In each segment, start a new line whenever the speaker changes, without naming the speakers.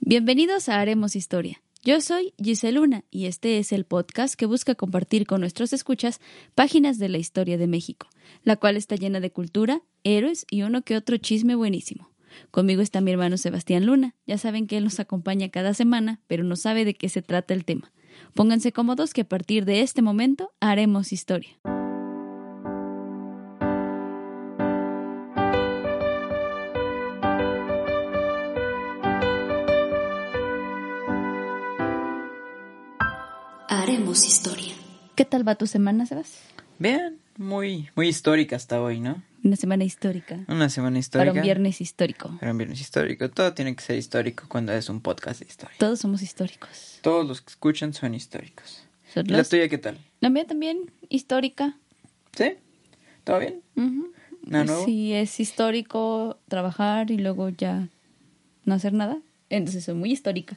Bienvenidos a Haremos Historia. Yo soy Giseluna y este es el podcast que busca compartir con nuestros escuchas páginas de la historia de México, la cual está llena de cultura, héroes y uno que otro chisme buenísimo. Conmigo está mi hermano Sebastián Luna. Ya saben que él nos acompaña cada semana, pero no sabe de qué se trata el tema. Pónganse cómodos que a partir de este momento haremos historia.
Haremos historia.
¿Qué tal va tu semana, Sebas?
Vean, muy, muy histórica hasta hoy, ¿no?
Una semana histórica.
Una semana histórica.
Para un viernes histórico.
Era un viernes histórico. Todo tiene que ser histórico cuando es un podcast de historia.
Todos somos históricos.
Todos los que escuchan son históricos.
Son
¿Y la
los-
tuya qué tal?
La mía también histórica.
¿Sí? ¿Todo bien?
Ujú.
¿Nada nuevo?
Si es histórico trabajar y luego ya no hacer nada, entonces soy muy histórica.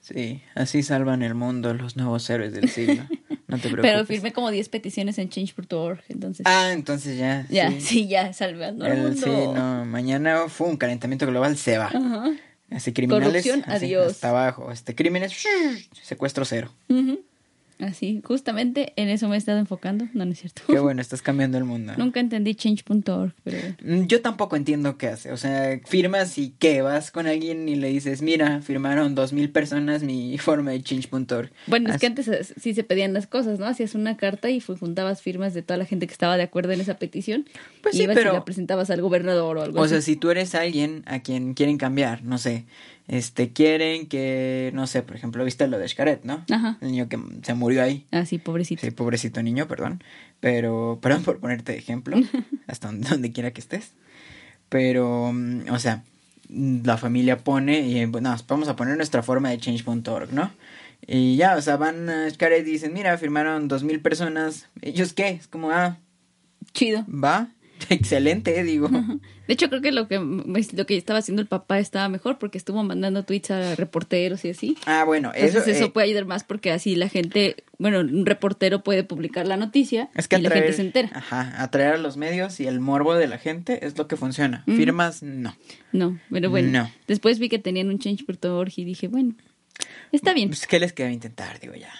Sí, así salvan el mundo los nuevos héroes del siglo. No te preocupes.
Pero firmé como 10 peticiones en change.org, entonces
Ah, entonces ya.
ya,
sí.
sí, ya salvando al
El-
mundo.
sí, no, mañana fue un calentamiento global, se va.
Ajá.
Así criminales,
Corrupción,
así,
adiós.
hasta abajo. Este, crímenes, secuestro cero.
Ujú. Así, justamente en eso me he estado enfocando. No, no es cierto.
Qué bueno, estás cambiando el mundo.
Nunca entendí change.org, pero
Mm, Yo tampoco entiendo qué hace. O sea, firmas y qué vas con alguien y le dices, mira, firmaron dos mil personas mi forma de change.org.
Bueno, es que
Así-
antes eh, sí se pedían las cosas, ¿no? Hacías una carta y fu- juntabas firmas de toda la gente que estaba de acuerdo en esa petición.
Pues
y
sí,
ibas
pero-
y la presentabas al gobernador o algo
O
así.
sea, si tú eres alguien a quien quieren cambiar, no sé, este, quieren que, no sé, por ejemplo, viste lo de Xcaret, ¿no?
Ajá.
El niño que se murió ahí.
Ah, sí, pobrecito.
Sí, pobrecito niño, perdón. Pero, perdón por ponerte de ejemplo, hasta donde, donde quiera que estés. Pero, mm, o sea, mm, la familia pone, y eh, bueno, vamos a poner nuestra forma de change.org, ¿no? Y ya, o sea, van a Xcaret y dicen, mira, firmaron dos mil personas. ¿Ellos qué? Es como, ah,
Chido.
va, excelente, eh, digo.
De hecho, creo que lo que, pues, lo que estaba haciendo el papá estaba mejor porque estuvo mandando tweets a reporteros y así.
Ah, bueno, eso,
Entonces eso
eh,
puede ayudar más porque así la gente, bueno, un reportero puede publicar la noticia
Es que Ah.
y la
atraer,
gente se entera.
Ajá, atraer a los medios y el morbo de la gente es lo que funciona.
Ujú.
Firmas, no.
No, pero bueno.
No.
Después vi que tenían un change.org y dije, bueno, está bien.
Pues, ¿Qué les queda intentar? Digo, ya.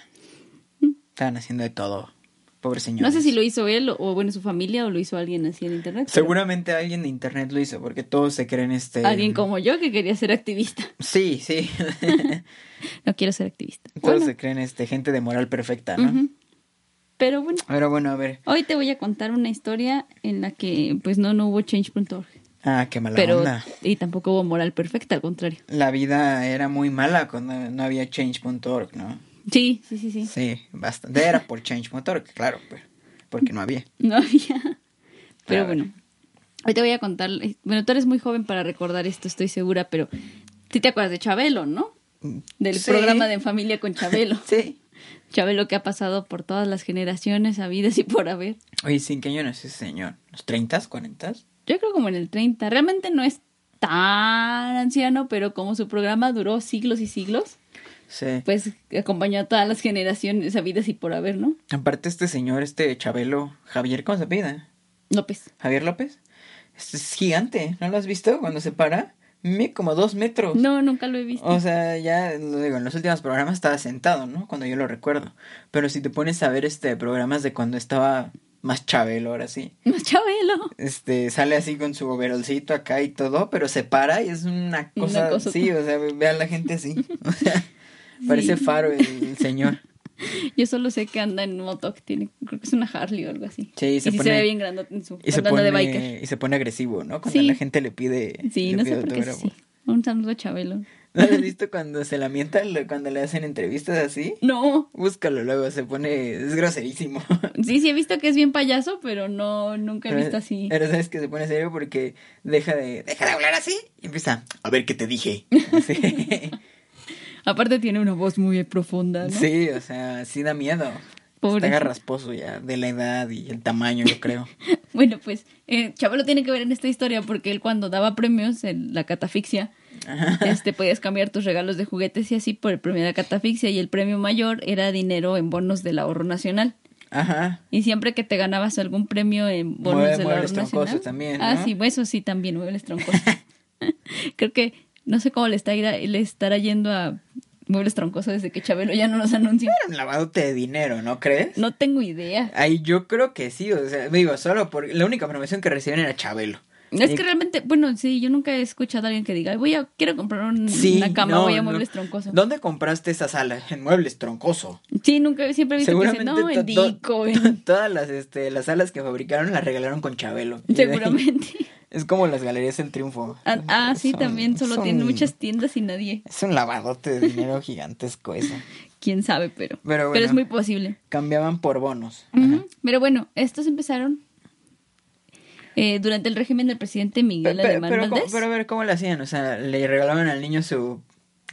Estaban haciendo de todo. Pobre señor.
No sé si lo hizo él o, o, bueno, su familia o lo hizo alguien así en internet. pero
Seguramente alguien de internet lo hizo, porque todos se creen este.
Alguien como yo que quería ser activista.
Sí, sí.
No quiero ser activista.
todos
Bueno,
se creen este, gente de moral perfecta, ¿no?
ujú. Pero bueno,
Pero bueno, a ver.
hoy te voy a contar una historia en la que pues no, no hubo change.org.
Ah, qué mala
Pero,
onda.
y tampoco hubo moral perfecta, al contrario.
La vida era muy mala cuando no había change.org, ¿no?
Sí, sí, sí, sí.
Sí, bastante. Era por change.org, claro, pero- porque no había.
No había. Pero
A ver.
bueno, hoy te voy a contar. Bueno, tú eres muy joven para recordar esto, estoy segura, pero sí te acuerdas de Chabelo, ¿no? Del
Sí.
programa de En Familia con Chabelo.
Sí.
Chabelo que ha pasado por todas las generaciones habidas y por haber.
Oye, ¿sin qué año nació ese señor? ¿Los 30s, 40s?
Yo creo como en el 30. Realmente no es tan anciano, pero como su programa duró siglos y siglos,
Sí.
pues acompañó a todas las generaciones habidas y por haber, ¿no?
Aparte este señor, este Chabelo, Javier, ¿cómo se pida?
López.
Javier López. Este es gigante, ¿no lo has visto cuando se para? Mide como dos metros.
No, nunca lo he visto.
O sea, ya lo digo, en los últimos programas estaba sentado, ¿no? Cuando yo lo recuerdo. Pero si te pones a ver este programas de cuando estaba más Chabelo, ahora sí.
Más Chabelo.
Este, sale así con su overolcito acá y todo, pero se para y es una cosa,
Una cosa-
sí, o sea, ve a la gente así. O sea, parece faro el, el señor.
Yo solo sé que anda en moto, que tiene, creo que es una Harley o algo así.
Sí, y se
y sí
pone-
se ve bien grandote en su
Y se,
cuando anda
pone,
de biker.
y se pone agresivo, ¿no? Cuando
Sí.
la gente le pide.
Sí,
le
no
pide
sé por qué es
autógrafo.
así. Un saludo a Chabelo.
¿No lo has visto cuando se lamenta, lo- cuando le hacen entrevistas así?
No,
Búscalo luego, se pone. Es groserísimo.
sí, sí he visto que es bien payaso, pero no, nunca he visto así.
Pero sabes que se pone serio porque deja de. Deja de hablar así. Y empieza. A ver qué te dije. Sí.
A Aparte tiene una voz muy profunda, ¿no?
Sí, o sea, sí da miedo.
Pobre.
Está garrasposo ya, de la edad y el tamaño, yo creo.
Bueno, pues eh, Chabelo tiene que ver en esta historia porque él cuando daba premios en la catafixia, este, podías cambiar tus regalos de juguetes y así por el premio de la catafixia y el premio mayor era dinero en bonos del ahorro nacional.
Ajá.
Y siempre que te ganabas algún premio en bonos
Mueve-
del
mueve el
ahorro
troncoso
nacional.
también, ¿no?
Ah, sí, bueno, eso sí también, mueve el troncoso. Creo que no sé cómo le, está ir a- le estará yendo a Muebles Troncoso desde que Chabelo ya no nos anunció.
Era un lavadote de dinero, ¿no crees?
No tengo idea.
Ay, yo creo que sí, o sea, digo, solo porque la única promoción que recibieron era Chabelo.
Es
Y-
que realmente, bueno, sí, yo nunca he escuchado a alguien que diga, voy a, quiero comprar un-
Sí,
una cama,
no,
voy a
no.
Muebles Troncoso.
¿Dónde compraste esa sala? En Muebles Troncoso.
Sí, nunca, siempre he visto que dicen,
Seguramente
no, en
to- to-
Dico,
to-
en...
todas las, este, las salas que fabricaron las regalaron con Chabelo. Y de ahí-
seguramente.
Es como las galerías del triunfo.
Ah, ah, sí,
Son-
también, solo
son-
tienen muchas tiendas y nadie,
Es un lavadote de dinero gigantesco eso.
quién sabe, pero,
Pero bueno.
es muy posible.
Cambiaban por bonos.
Ujú. Pero bueno, estos empezaron eh, durante el régimen del presidente Miguel
Pe- pe-
Alemán
pero, ¿cómo-
Valdés.
pero a ver, ¿cómo lo hacían? O sea, le regalaban al niño su,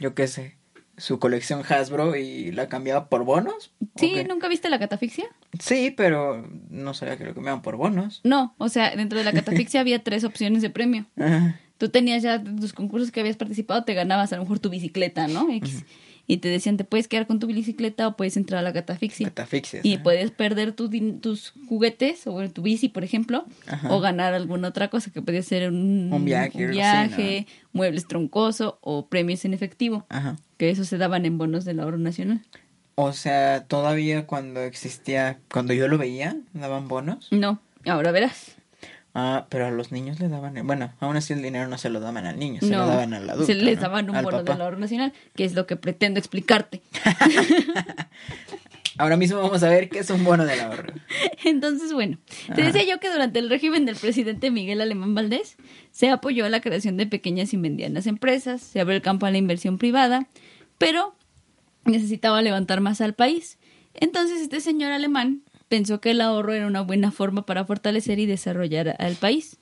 yo qué sé, su colección Hasbro y la cambiaba por bonos. ¿O
Sí,
qué?
¿nunca viste la catafixia?
Sí, pero no sabía que lo cambiaban por bonos.
No, o sea, dentro de la catafixia había tres opciones de premio.
Ajá.
tú tenías ya tus concursos que habías participado, te ganabas a lo mejor tu bicicleta, ¿no? X. Y te decían, te puedes quedar con tu bicicleta o puedes entrar a la catafixia.
Catafixias,
Y pues
¿no?
puedes perder tu din- tus juguetes o tu bici, por ejemplo,
Ajá.
o ganar alguna otra cosa que podía ser un,
Un viaje,
un
sí,
viaje, muebles troncoso o premios en efectivo,
Ajá.
que eso se daban en bonos del ahorro nacional.
O sea, todavía cuando existía, cuando yo lo veía, daban bonos.
No, ahora verás.
Ah, pero a los niños le daban, bueno, aún así el dinero no se lo daban al niño, se
no,
lo daban al adulto.
se les
¿no?
daban un
Al
bono
papá.
del ahorro nacional, que es lo que pretendo explicarte.
Ahora mismo vamos a ver qué es un bono del ahorro.
Entonces, bueno, te decía yo que durante el régimen del presidente Miguel Alemán Valdés se apoyó a la creación de pequeñas y medianas empresas, se abrió el campo a la inversión privada, pero necesitaba levantar más al país. Entonces, este señor alemán pensó que el ahorro era una buena forma para fortalecer y desarrollar al país.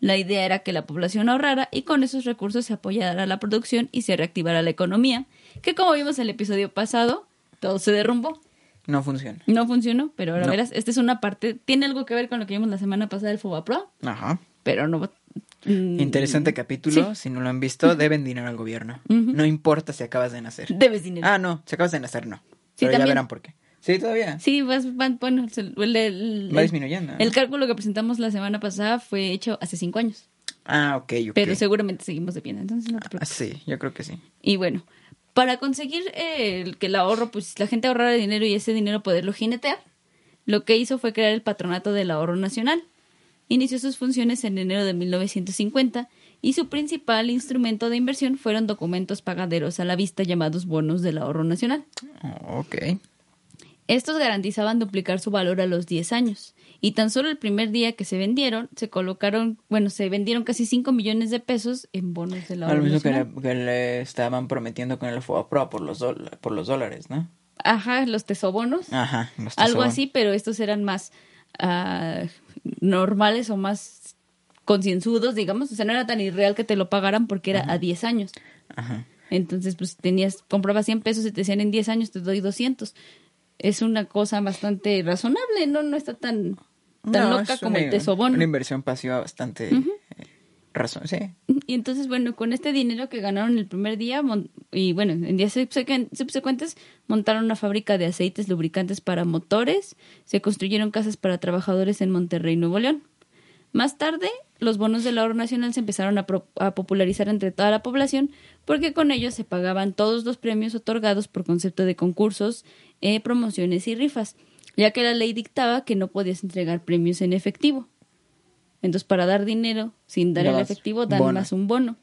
La idea era que la población ahorrara y con esos recursos se apoyara la producción y se reactivara la economía, que como vimos en el episodio pasado, todo se derrumbó.
No funciona.
No funcionó, pero ahora
No.
verás, esta es una parte, tiene algo que ver con lo que vimos la semana pasada del Fobapro,
Ajá.
pero no... mm,
Interesante capítulo. Si no lo han visto, deben dinero al gobierno. No importa si acabas de nacer.
Debes dinero.
Ah, no, si acabas de nacer, no.
Sí,
Pero ya
también.
verán por qué. Sí, todavía.
Sí, vas, van- bueno, se- el, el-
Va disminuyendo, ¿no?
El cálculo que presentamos la semana pasada fue hecho hace cinco años,
Ah, ok, ok.
pero seguramente seguimos de pie, entonces no te
Ah,
preocupes.
sí, yo creo que sí.
Y bueno, para conseguir eh, el que el ahorro, pues la gente ahorrara dinero y ese dinero poderlo jinetear, lo que hizo fue crear el Patronato del Ahorro Nacional. Inició sus funciones en enero de 1950 y su principal instrumento de inversión fueron documentos pagaderos a la vista llamados bonos del ahorro nacional.
Oh, ok.
Estos garantizaban duplicar su valor a los 10 años y tan solo el primer día que se vendieron se colocaron, bueno, se vendieron casi 5 millones de pesos en bonos del
A
ahorro
lo mismo que
nacional.
le, que le estaban prometiendo con el FOBAPROA por los, dola- por los dólares, ¿no?
Ajá, los tesobonos.
Ajá. los
algo
tesoros.
así, pero estos eran más ah, normales o más concienzudos, digamos. O sea, no era tan irreal que te lo pagaran porque era a 10 años.
Ajá.
Entonces, pues tenías, comprabas 100 pesos y te decían en 10 años te doy 200. Es una cosa bastante razonable, no no está tan, tan
No,
loca
es
como
una-
el tesobono.
Una inversión pasiva bastante eh, razón, sí.
Y entonces, bueno, con este dinero que ganaron el primer día, mon- y bueno, en días subsequen- subsecuentes montaron una fábrica de aceites lubricantes para motores, se construyeron casas para trabajadores en Monterrey, Nuevo León. Más tarde, los bonos del ahorro nacional se empezaron a, pro- a popularizar entre toda la población porque con ellos se pagaban todos los premios otorgados por concepto de concursos, eh, promociones y rifas, ya que la ley dictaba que no podías entregar premios en efectivo. Entonces, para dar dinero sin dar el
Dabas
efectivo, dan
bono.
más un bono.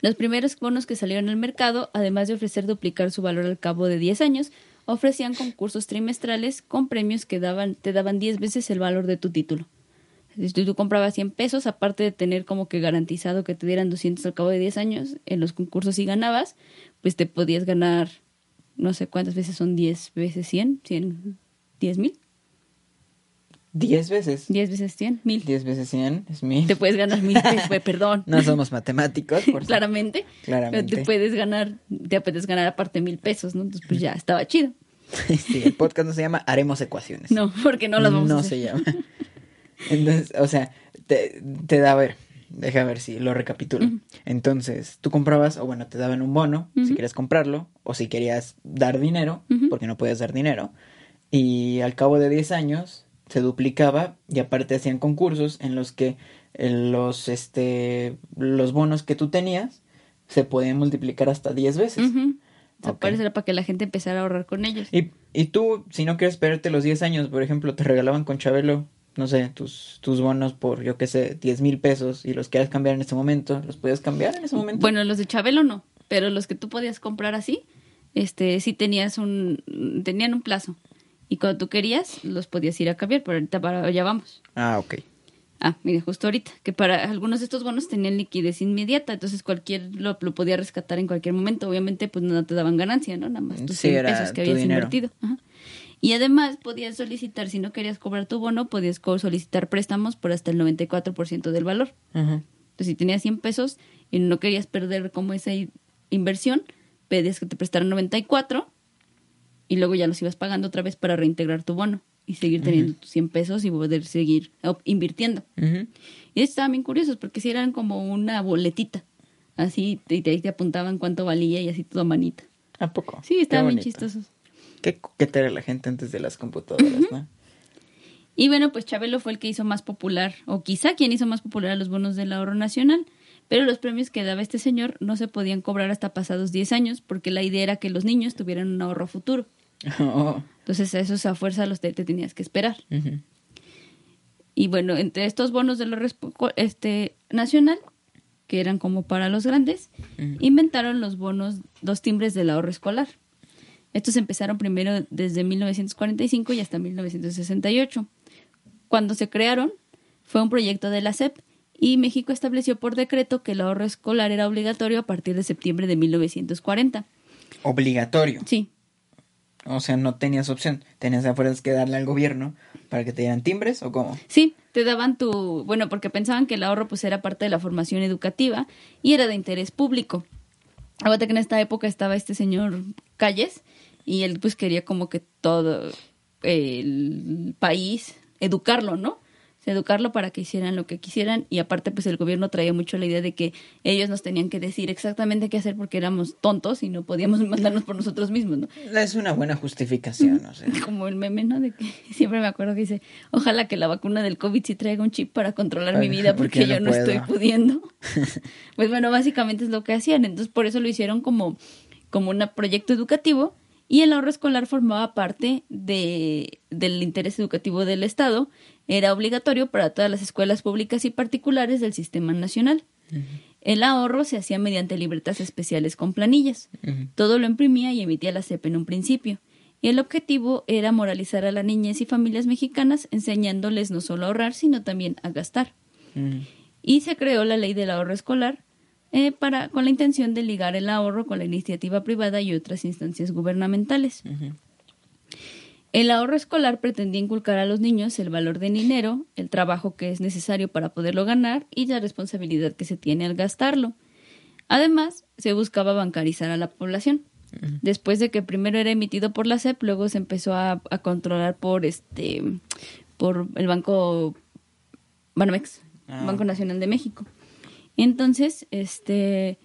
Los primeros bonos que salieron al mercado, además de ofrecer duplicar su valor al cabo de 10 años, ofrecían concursos trimestrales con premios que daban, te daban 10 veces el valor de tu título. Si tú, tú comprabas 100 pesos, aparte de tener como que garantizado que te dieran 200 al cabo de 10 años, en los concursos si ganabas, pues te podías ganar, no sé cuántas veces son 10 veces 100, 100, 10 mil.
Diez veces.
10 veces 100, 1000.
Diez veces cien es mil.
Te puedes ganar 1000 pesos, güey, perdón.
No somos matemáticos, por claro.
Claramente. Pero
claramente.
te puedes ganar, te puedes ganar aparte 1000 pesos, ¿no? Entonces, pues ya estaba chido.
Sí, el podcast no se llama Haremos Ecuaciones.
No, porque no las vamos a
No
hacer.
se llama. Entonces, o sea, te, te da, a ver, deja ver si lo recapitulo. Entonces, tú comprabas, o bueno, te daban un bono, si
Ujú.
querías comprarlo, o si querías dar dinero,
Ujú.
porque no podías dar dinero. Y al cabo de 10 años se duplicaba y aparte hacían concursos en los que eh, los, este, los bonos que tú tenías se podían multiplicar hasta 10 veces.
Ujú. O sea,
Ok.
parece era para que la gente empezara a ahorrar con ellos.
Y, y tú, si no quieres perderte los 10 años, por ejemplo, te regalaban con Chabelo, no sé, tus, tus bonos por, yo qué sé, 10 mil pesos y los quieres cambiar en este momento, ¿los puedes cambiar en ese momento?
Bueno, los de Chabelo no, pero los que tú podías comprar así, este, sí tenías un, tenían un plazo. Y cuando tú querías, los podías ir a cambiar, pero ahorita para allá vamos.
Ah, ok.
Ah, mira, justo ahorita, que para algunos de estos bonos tenían liquidez inmediata, entonces cualquier lo, lo podía rescatar en cualquier momento. Obviamente, pues no te daban ganancia, ¿no? Nada más tus
Sí,
100
era
pesos que
tu
habías
dinero.
invertido. Ajá. Y además podías solicitar, si no querías cobrar tu bono, podías co- solicitar préstamos por hasta el 94% del valor.
Ajá.
Entonces, si tenías 100 pesos y no querías perder como esa i- inversión, pedías que te prestaran 94 y luego ya los ibas pagando otra vez para reintegrar tu bono y seguir teniendo tus 100 pesos y poder seguir op- invirtiendo.
Ujú.
Y ellos estaban bien curiosos porque si eran como una boletita. Así, te- y te, te apuntaban cuánto valía y así toda manita.
¿A poco?
Sí,
Qué
estaban bien
bonito.
chistosos.
Qué coqueta era la gente antes de las computadoras, ¿no?
Y bueno, pues Chabelo fue el que hizo más popular, o quizá quien hizo más popular a los bonos del ahorro nacional, pero los premios que daba este señor no se podían cobrar hasta pasados 10 años, porque la idea era que los niños tuvieran un ahorro futuro.
Oh,
Entonces, a esos a fuerza los te, te tenías que esperar.
ujú.
Y bueno, entre estos bonos de lo resp- co- este nacional, que eran como para los grandes, inventaron los bonos, dos timbres del ahorro escolar. Estos empezaron primero desde 1945 y hasta 1968. Cuando se crearon, fue un proyecto de la SEP y México estableció por decreto que el ahorro escolar era obligatorio a partir de septiembre de 1940.
Obligatorio.
Sí,
O sea, no tenías opción. Tenías a fuerzas que darle al gobierno para que te dieran timbres o cómo.
Sí, te daban tu, bueno, porque pensaban que el ahorro pues era parte de la formación educativa y era de interés público. Acuérdate que en esta época estaba este señor Calles y él pues quería como que todo el país educarlo, ¿no? O sea, educarlo para que hicieran lo que quisieran y aparte pues el gobierno traía mucho la idea de que ellos nos tenían que decir exactamente qué hacer porque éramos tontos y no podíamos mandarnos por nosotros mismos, ¿no?
Es una buena justificación, o sea.
Como el meme, ¿no? De que siempre me acuerdo que dice, ojalá que la vacuna del COVID sí traiga un chip para controlar mi
Ay,
vida
porque
porque, yo
no
no estoy
puedo".
pudiendo. pues bueno, básicamente es lo que hacían. Entonces por eso lo hicieron como, como un proyecto educativo y el ahorro escolar formaba parte de, del interés educativo del Estado. Era obligatorio para todas las escuelas públicas y particulares del sistema nacional. El ahorro se hacía mediante libretas especiales con planillas.
Ujú.
Todo lo imprimía y emitía la CEP en un principio. Y el objetivo era moralizar a la niñez y familias mexicanas, enseñándoles no solo a ahorrar, sino también a gastar.
Ujú.
Y se creó la ley del ahorro escolar eh, para, con la intención de ligar el ahorro con la iniciativa privada y otras instancias gubernamentales.
Ujú.
El ahorro escolar pretendía inculcar a los niños el valor del dinero, el trabajo que es necesario para poderlo ganar y la responsabilidad que se tiene al gastarlo. Además, se buscaba bancarizar a la población. Después de que primero era emitido por la SEP, luego se empezó a, a controlar por este por el Banco Banamex,
Ah.
Banco Nacional de México. Entonces, este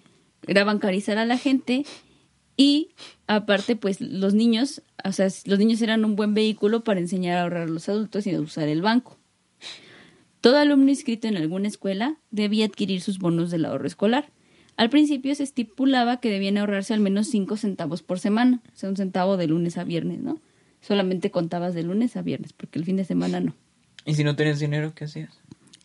era bancarizar a la gente y aparte pues los niños, o sea, los niños eran un buen vehículo para enseñar a ahorrar a los adultos y a usar el banco. Todo alumno inscrito en alguna escuela debía adquirir sus bonos del ahorro escolar. Al principio se estipulaba que debían ahorrarse al menos cinco centavos por semana, o sea, un centavo de lunes a viernes, ¿no? Solamente contabas de lunes a viernes, porque el fin de semana no.
¿Y si no tenías dinero, qué hacías?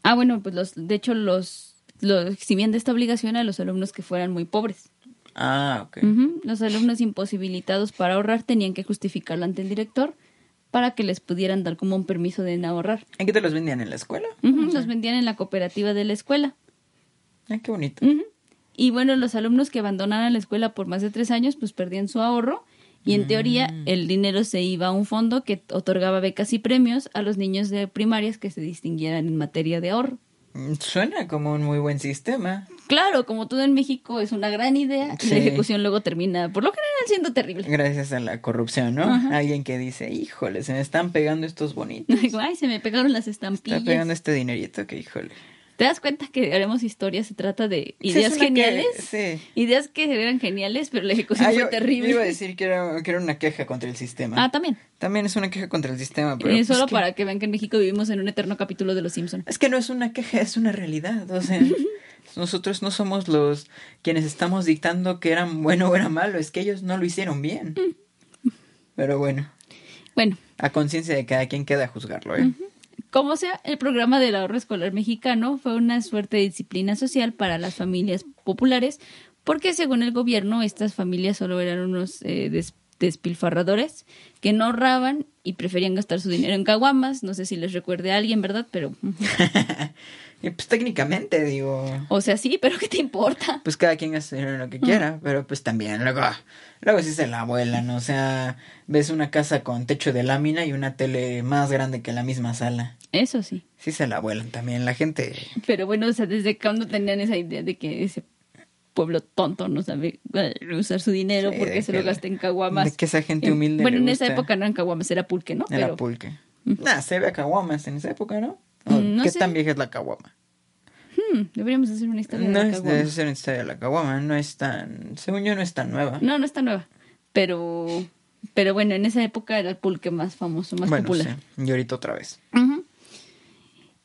Ah, bueno, pues los, de hecho los, los eximían de esta obligación a los alumnos que fueran muy pobres.
Ah, ok.
Ujú. Los alumnos imposibilitados para ahorrar tenían que justificarlo ante el director para que les pudieran dar como un permiso de no ahorrar.
¿En qué te los vendían? ¿En la escuela?
Ujú, Los vendían en la cooperativa de la escuela.
Ah, qué bonito.
Ujú. Y bueno, los alumnos que abandonaran la escuela por más de tres años, pues perdían su ahorro Y en teoría,
Mm.
el dinero se iba a un fondo que otorgaba becas y premios a los niños de primarias que se distinguieran en materia de ahorro.
Mm, Suena como un muy buen sistema.
Claro, como todo en México es una gran idea, y
Sí.
la ejecución luego termina, por lo general, siendo terrible.
Gracias a la corrupción, ¿no?
Ajá.
Alguien que dice, híjole, se me están pegando estos bonitos.
Digo, Ay, se me pegaron las
Está
estampillas.
pegando este dinerito que, híjole.
¿Te das cuenta que haremos historia? Se trata de
Sí, es
ideas
una que-
geniales.
sí.
Ideas que eran geniales, pero la ejecución
Ah,
fue
yo,
terrible.
yo iba a decir que era, que era una queja contra el sistema.
Ah, también.
También es una queja contra el sistema, pero...
Eh,
pues,
solo
¿qué?
para que vean que en México vivimos en un eterno capítulo de Los Simpson.
Es que no es una queja, es una realidad. O sea, nosotros no somos los quienes estamos dictando que eran bueno o era malo, es que ellos no lo hicieron bien. Pero bueno,
Bueno,
a conciencia de cada quien queda juzgarlo, ¿eh?
como sea, el programa del ahorro escolar mexicano fue una suerte de disciplina social para las familias populares, porque según el gobierno, estas familias solo eran unos eh, des- despilfarradores que no ahorraban y preferían gastar su dinero en caguamas. No sé si les recuerde a alguien, ¿verdad? Pero,
Y pues técnicamente digo,
o sea, sí, pero ¿qué te importa?
pues cada quien hace lo que quiera, pero pues también luego, luego sí se la abuelan, o sea, ves una casa con techo de lámina y una tele más grande que la misma sala.
Eso sí.
Sí se la abuelan también, la gente...
Pero bueno, o sea, ¿desde cuándo tenían esa idea de que ese pueblo tonto no sabe eh, usar su dinero
Sí,
porque
de
se
que
lo
la-
gasta en caguamas?
de que esa gente
En-
humilde
Bueno,
le
en esa
gusta.
época no eran caguamas, era pulque, ¿no?
Era
Pero
pulque. Nah, se ve a caguamas en esa época, ¿no? ¿O
Mm, no
¿Qué
sé.
tan vieja es la caguama?
hmm, deberíamos hacer una historia
No
de
es
caguamas.
debe ser una historia de la caguama, no es tan... Según yo no es tan nueva.
No, no está nueva. Pero, pero bueno, en esa época era el pulque más famoso, más
bueno,
popular.
sí, y ahorita otra vez.
Ujú.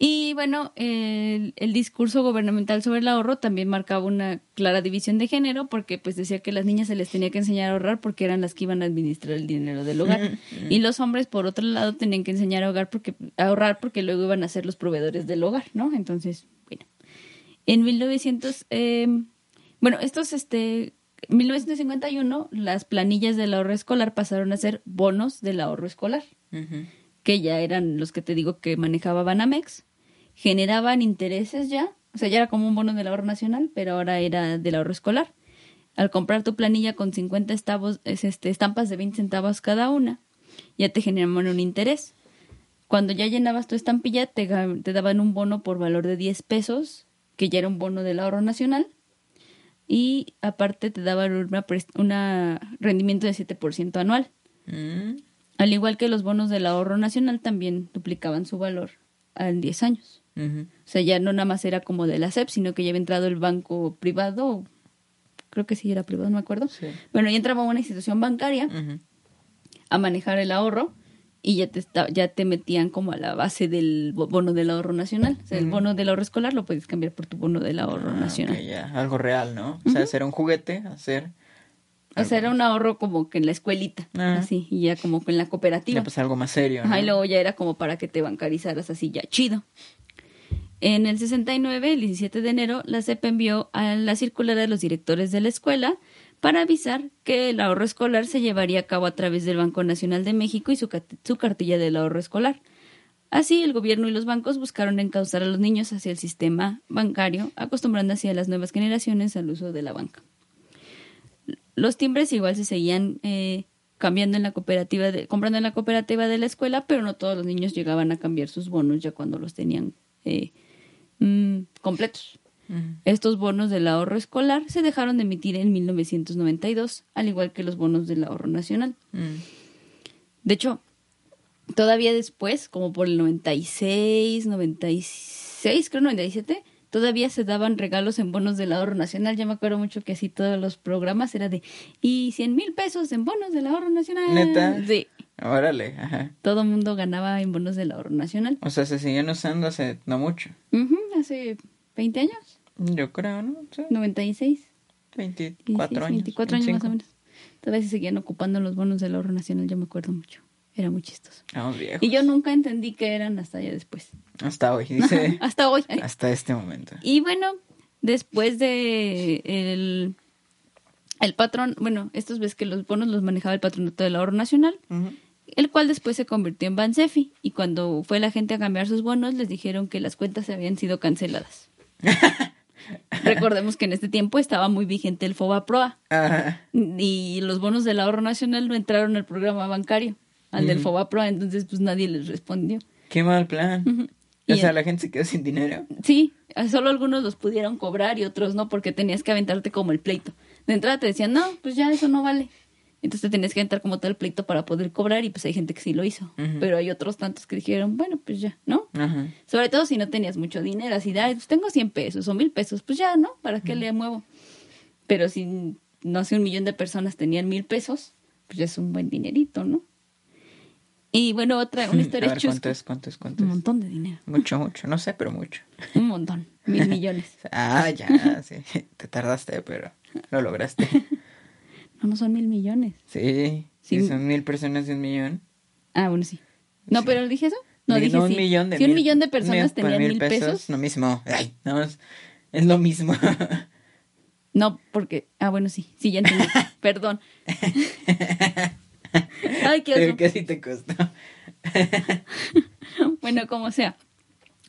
Y bueno, el, el discurso gubernamental sobre el ahorro también marcaba una clara división de género porque pues decía que las niñas se les tenía que enseñar a ahorrar porque eran las que iban a administrar el dinero del hogar y los hombres por otro lado tenían que enseñar a ahorrar porque a ahorrar porque luego iban a ser los proveedores del hogar, ¿no? Entonces, bueno. En 1900, eh, bueno, estos, este, 1951, las planillas del ahorro escolar pasaron a ser bonos del ahorro escolar que ya eran los que te digo que manejaba Banamex, generaban intereses ya, o sea, ya era como un bono del ahorro nacional, pero ahora era del ahorro escolar. Al comprar tu planilla con 50 estabos- es, este, estampas de 20 centavos cada una, ya te generaban un interés. Cuando ya llenabas tu estampilla, te, ga- te daban un bono por valor de 10 pesos, que ya era un bono del ahorro nacional, y aparte te daban un rendimiento de 7% anual.
Mm,
Al igual que los bonos del ahorro nacional también duplicaban su valor en 10 años.
ujú.
O sea, ya no nada más era como de la SEP, sino que ya había entrado el banco privado, creo que sí era privado, no me acuerdo.
Sí.
Bueno, ya entraba una institución bancaria
Ujú.
a manejar el ahorro y ya te, esta- ya te metían como a la base del bo- bono del ahorro nacional. O sea, el bono del ahorro escolar lo puedes cambiar por tu bono del ahorro
Ah,
nacional.
ok, ya, algo real, ¿no? O sea, hacer un juguete, hacer...
O sea, era un ahorro como que en la escuelita,
Ajá.
así, y ya como que en la cooperativa.
Ah. Ya, pues algo más serio, ¿no?
Ajá, y luego ya era como para que te bancarizaras así ya chido. En el 69, el 17 de enero, la CEP envió a la circular de los directores de la escuela para avisar que el ahorro escolar se llevaría a cabo a través del Banco Nacional de México y su, cat- su cartilla del ahorro escolar. Así, el gobierno y los bancos buscaron encauzar a los niños hacia el sistema bancario, acostumbrando así a las nuevas generaciones al uso de la banca los timbres igual se seguían eh, cambiando en la cooperativa, de- comprando en la cooperativa de la escuela, pero no todos los niños llegaban a cambiar sus bonos ya cuando los tenían eh, mm, completos.
Ujú.
Estos bonos del ahorro escolar se dejaron de emitir en 1992, al igual que los bonos del ahorro nacional.
Mm.
De hecho, todavía después, como por el 96, 96, creo 97, todavía se daban regalos en bonos del ahorro nacional. Ya me acuerdo mucho que así todos los programas era de, y 100 mil pesos en bonos del ahorro nacional.
¿Neta?
Sí.
Órale, ajá.
Todo el mundo ganaba en bonos del ahorro nacional.
O sea, se siguen usando hace no mucho.
Ujú, hace 20 años,
Yo creo, ¿no? Sí,
96.
24 años.
24 años más
25.
o menos. Todavía se seguían ocupando los bonos del ahorro nacional, yo me acuerdo mucho. Era muy chistoso.
Estamos viejos.
Y yo nunca entendí qué eran hasta ya después.
Ah, Hasta hoy, dice.
Hasta hoy.
hasta este momento.
Y bueno, después de el, el patrón, bueno, estos ves que los bonos los manejaba el patronato del ahorro nacional,
Ujú.
el cual después se convirtió en Bansefi. Y cuando fue la gente a cambiar sus bonos, les dijeron que las cuentas habían sido canceladas. Recordemos que en este tiempo estaba muy vigente el FOBAPROA
Ajá.
y los bonos del ahorro nacional no entraron al programa bancario, al del
Ujú.
FOBAPROA, entonces pues nadie les respondió.
Qué mal plan.
Y
O sea,
el-
la gente se quedó sin dinero.
Sí, solo algunos los pudieron cobrar y otros no, porque tenías que aventarte como el pleito. De entrada te decían, no, pues ya eso no vale. Entonces te tenías que aventar como todo el pleito para poder cobrar y pues hay gente que sí lo hizo.
Ujú.
Pero hay otros tantos que dijeron, bueno, pues ya, ¿no?
Ajá.
Sobre todo si no tenías mucho dinero, así de, "Ay, pues tengo 100 pesos o mil pesos, pues ya, ¿no? ¿Para qué le muevo? Pero si, no sé, un millón de personas tenían mil pesos, pues ya es un buen dinerito, ¿no? Y bueno, otra, una historia
A ver,
chusca.
¿cuánto es? ¿Cuánto es? ¿Cuánto
Un
es?
montón de dinero,
Mucho, mucho. No sé, pero mucho.
un montón, mil millones.
Ah, ya, sí. Te tardaste, pero lo lograste.
No, no son mil millones.
Sí.
Sí.
Si son mil personas de un millón.
Ah, bueno, sí. No, pero dije eso. No,
Digo,
dije
un
sí.
millón de
si un
mil-
millón de personas
mil- pues,
tenían mil pesos.
Lo mismo. Ay, nada más. Es lo mismo.
No, porque. Ah, bueno, sí. Sí, ya entendí. Perdón. Ay, qué oso.
Pero casi te costó.
Bueno, como sea.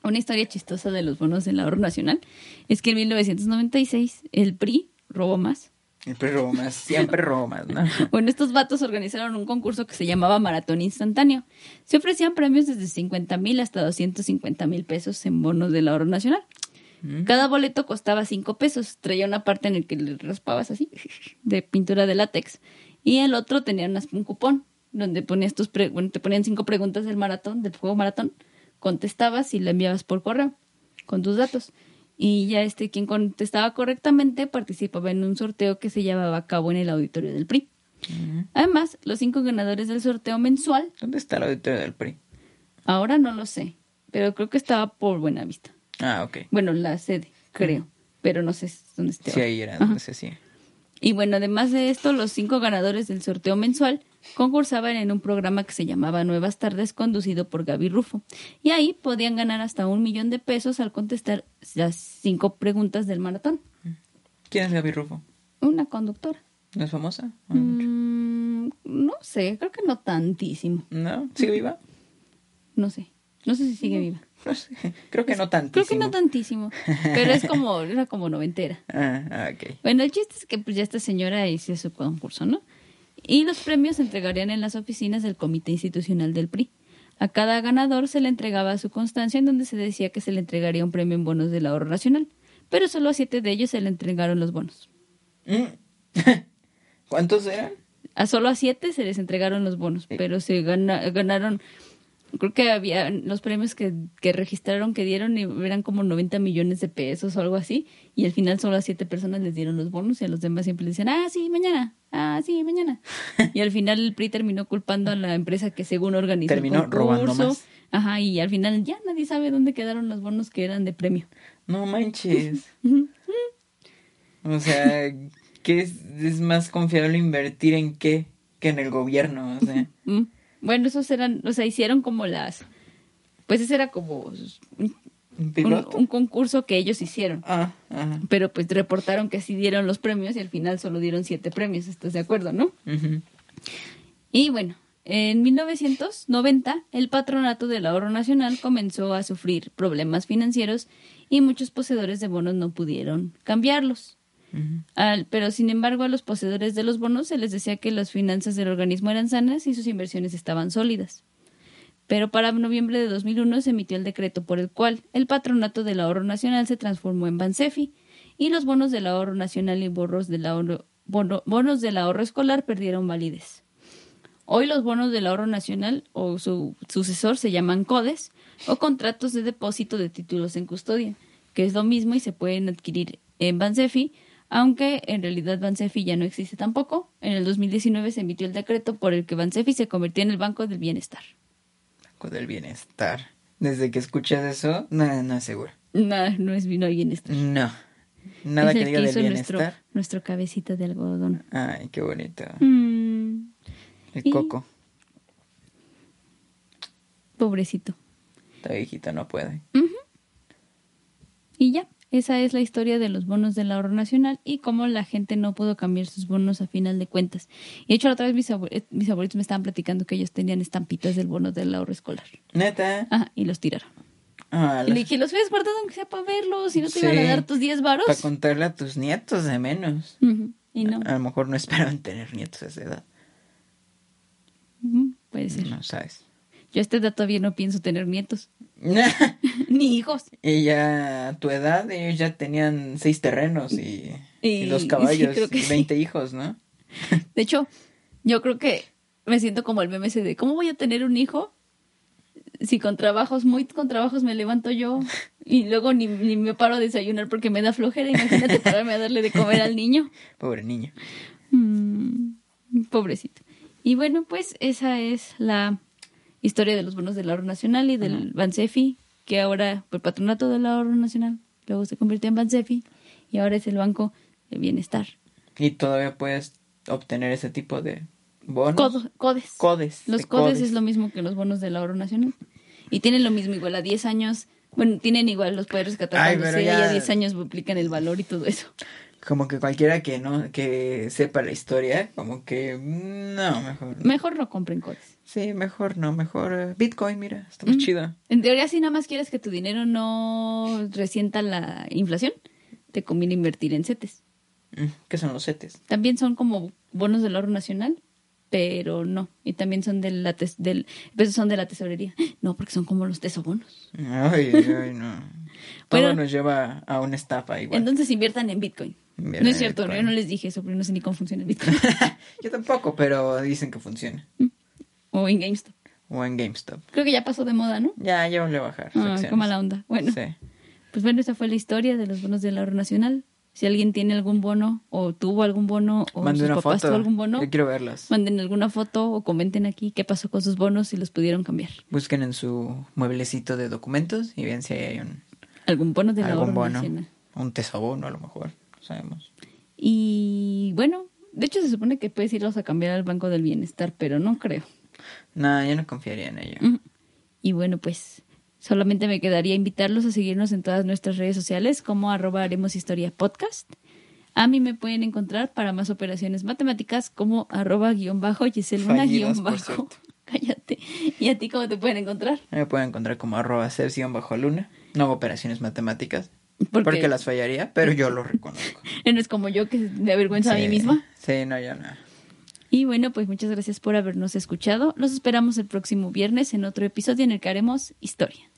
Una historia chistosa de los bonos del ahorro nacional es que en 1996 el PRI robó más.
Siempre robo más. Siempre robo más, ¿no?
Bueno, estos vatos organizaron un concurso que se llamaba Maratón Instantáneo. Se ofrecían premios desde 50 mil hasta 250 mil pesos en bonos del ahorro nacional. Cada boleto costaba 5 pesos. Traía una parte en el que le raspabas así, de pintura de látex. Y el otro tenía unas- un cupón donde ponías tus pre- bueno, te ponían cinco preguntas del maratón, del juego maratón. Contestabas y la enviabas por correo con tus datos. Y ya este, quien contestaba correctamente participaba en un sorteo que se llevaba a cabo en el auditorio del PRI. Además, los cinco ganadores del sorteo mensual,
¿Dónde está el auditorio del PRI?
ahora no lo sé, pero creo que estaba por Buenavista.
Ah, ok.
Bueno, la sede, creo, pero no sé dónde esté.
Sí,
ahora.
ahí era
Ajá.
donde se hacía.
Y bueno, además de esto, los cinco ganadores del sorteo mensual concursaban en un programa que se llamaba Nuevas Tardes, conducido por Gaby Rufo. Y ahí podían ganar hasta un millón de pesos al contestar las cinco preguntas del maratón.
¿Quién es Gaby Rufo?
Una conductora.
¿No es famosa?
Mm, no sé, creo que no tantísimo.
¿No? ¿Sigue viva?
No sé. No sé si sigue viva.
No sé. Creo que no
Creo
tantísimo.
que no tantísimo, pero es como, era como noventera.
Ah, ah, ok.
Bueno, el chiste es que pues ya esta señora hizo su concurso, ¿no? Y los premios se entregarían en las oficinas del Comité Institucional del PRI. A cada ganador se le entregaba su constancia en donde se decía que se le entregaría un premio en bonos del ahorro nacional, pero solo a siete de ellos se le entregaron los bonos.
Mm. ¿Cuántos eran?
A solo a siete se les entregaron los bonos, pero se gana- ganaron, creo que había los premios que, que registraron, que dieron, y eran como 90 millones de pesos o algo así, y al final solo a siete personas les dieron los bonos y a los demás siempre les decían, ah, sí, mañana, ah, sí, mañana. Y al final el PRI terminó culpando a la empresa que según organizó
Terminó
el
robando
concurso.
más.
Ajá, y al final ya nadie sabe dónde quedaron los bonos que eran de premio.
No manches. o sea, ¿qué es, es más confiable invertir en qué que en el gobierno? O sea,
Mm. Bueno, esos eran, o sea, hicieron como las, pues ese era como
un
un,
piloto.
un concurso que ellos hicieron.
Ah, ajá.
Pero pues reportaron que sí dieron los premios y al final solo dieron siete premios, ¿estás de acuerdo, no?
Ujú.
Y bueno, en 1990 el patronato del ahorro nacional comenzó a sufrir problemas financieros y muchos poseedores de bonos no pudieron cambiarlos. Al- pero sin embargo a los poseedores de los bonos se les decía que las finanzas del organismo eran sanas y sus inversiones estaban sólidas. Pero para noviembre de 2001 se emitió el decreto por el cual el patronato del ahorro nacional se transformó en Bansefi y los bonos del ahorro nacional y borros del ahorro- bono- bonos del ahorro escolar perdieron validez. Hoy los bonos del ahorro nacional o su sucesor se llaman CODES o contratos de depósito de títulos en custodia, que es lo mismo y se pueden adquirir en Bansefi, aunque en realidad Bansefi ya no existe tampoco. En el 2019 se emitió el decreto por el que Bansefi se convirtió en el Banco del Bienestar.
Banco del bienestar. Desde que escuchas eso, no, no es seguro.
No, no es no hay bienestar.
No. Nada
Es
que
el
diga del
hizo nuestro,
bienestar.
nuestro cabecita de algodón.
Ay, qué bonito.
Mm,
El
Y-
coco.
pobrecito.
La viejita no puede.
Y ya, esa es la historia de los bonos del ahorro nacional y cómo la gente no pudo cambiar sus bonos a final de cuentas. Y de hecho, la otra vez mis, abue- eh, mis abuelitos me estaban platicando que ellos tenían estampitas del bono del ahorro escolar.
Neta.
Ajá, y los tiraron.
Ah,
Y le dije, los habías guardado aunque sea para verlos y no te iban a
Sí.
dar tus 10 varos.
Para contarle a tus nietos de menos.
Ujú, Y no,
A lo mejor no esperaban tener nietos a esa edad.
Ujú, puede ser.
No sabes.
Yo a esta edad todavía no pienso tener nietos, ni hijos.
y ya a tu edad ellos ya tenían seis terrenos y,
Y-
y dos
sí,
caballos
creo que
y
sí.
20 hijos, ¿no?
De hecho, yo creo que me siento como el meme ese de, ¿cómo voy a tener un hijo? Si con trabajos, muy con trabajos me levanto yo y luego ni, ni me paro a desayunar porque me da flojera. Imagínate pararme a darle de comer al niño.
Pobre niño.
Mm, pobrecito. Y bueno, pues esa es la historia de los bonos del ahorro nacional y del Bansefi, que ahora por patronato del ahorro nacional luego se convirtió en Bansefi y ahora es el Banco del Bienestar.
Y todavía puedes obtener ese tipo de bonos.
Codo- codes.
Codes,
Los
de
codes,
codes.
es lo mismo que los bonos del ahorro nacional. Y tienen lo mismo, igual a 10 años. Bueno, tienen igual los poderes que
Ay,
atacan
pero
y a
ya-
10 años duplican el valor y todo eso.
Como que cualquiera que no que sepa la historia, como que mm, no, mejor. no.
Mejor no compren codes.
Sí, mejor no, mejor eh, Bitcoin, mira, está más
Mm.
chido.
En teoría, si nada más quieres que tu dinero no resienta la inflación, te conviene invertir en CETES.
Mm, ¿Qué son los CETES?
También son como bonos del oro nacional, pero no. Y también son de la, tes- del, pero son de la tesorería. No, porque son como los tesobonos.
Ay, ay, no. Todo
Bueno.
nos lleva a una estafa igual.
Entonces inviertan en Bitcoin.
Inviertan
no es
en
cierto,
Bitcoin.
yo no les dije eso, porque no sé ni cómo funciona el Bitcoin.
Yo tampoco, pero dicen que funciona.
o en GameStop.
O en GameStop.
Creo que ya pasó de moda, ¿no?
Ya, ya volvió a bajar. sus
Ah,
acciones.
qué mala onda. Bueno,
Sí.
pues bueno, esa fue la historia de los bonos del ahorro nacional. Si alguien tiene algún bono, o tuvo algún bono, o
Mande
Oh, sus
una
papás
foto.
tuvo algún bono,
Yo quiero verlas.
manden alguna foto o comenten aquí qué pasó con sus bonos si los pudieron cambiar.
Busquen en su mueblecito de documentos y vean si ahí hay un,
Algún bono del ahorro
algún bono.
nacional.
Un tesobono a lo mejor. No sabemos.
Y bueno, de hecho se supone que puedes irlos a cambiar al Banco del Bienestar, pero no creo.
No, yo no confiaría en ello.
Ujú. Y bueno, pues solamente me quedaría invitarlos a seguirnos en todas nuestras redes sociales como arroba haremos historia podcast. A mí me pueden encontrar para más operaciones matemáticas como arroba guión bajo Giselle Luna
Fallidas,
guión
por
bajo.
cierto.
Cállate. ¿Y a ti cómo te pueden encontrar?
Me pueden encontrar como arroba Celsius bajo luna. No hago operaciones matemáticas.
¿Por qué?
porque las fallaría, pero yo lo reconozco.
Eh, No es como yo que me avergüenza a mí
Sí.
misma.
Sí, no, yo no.
Y bueno, pues muchas gracias por habernos escuchado. Los esperamos el próximo viernes en otro episodio en el que haremos historia.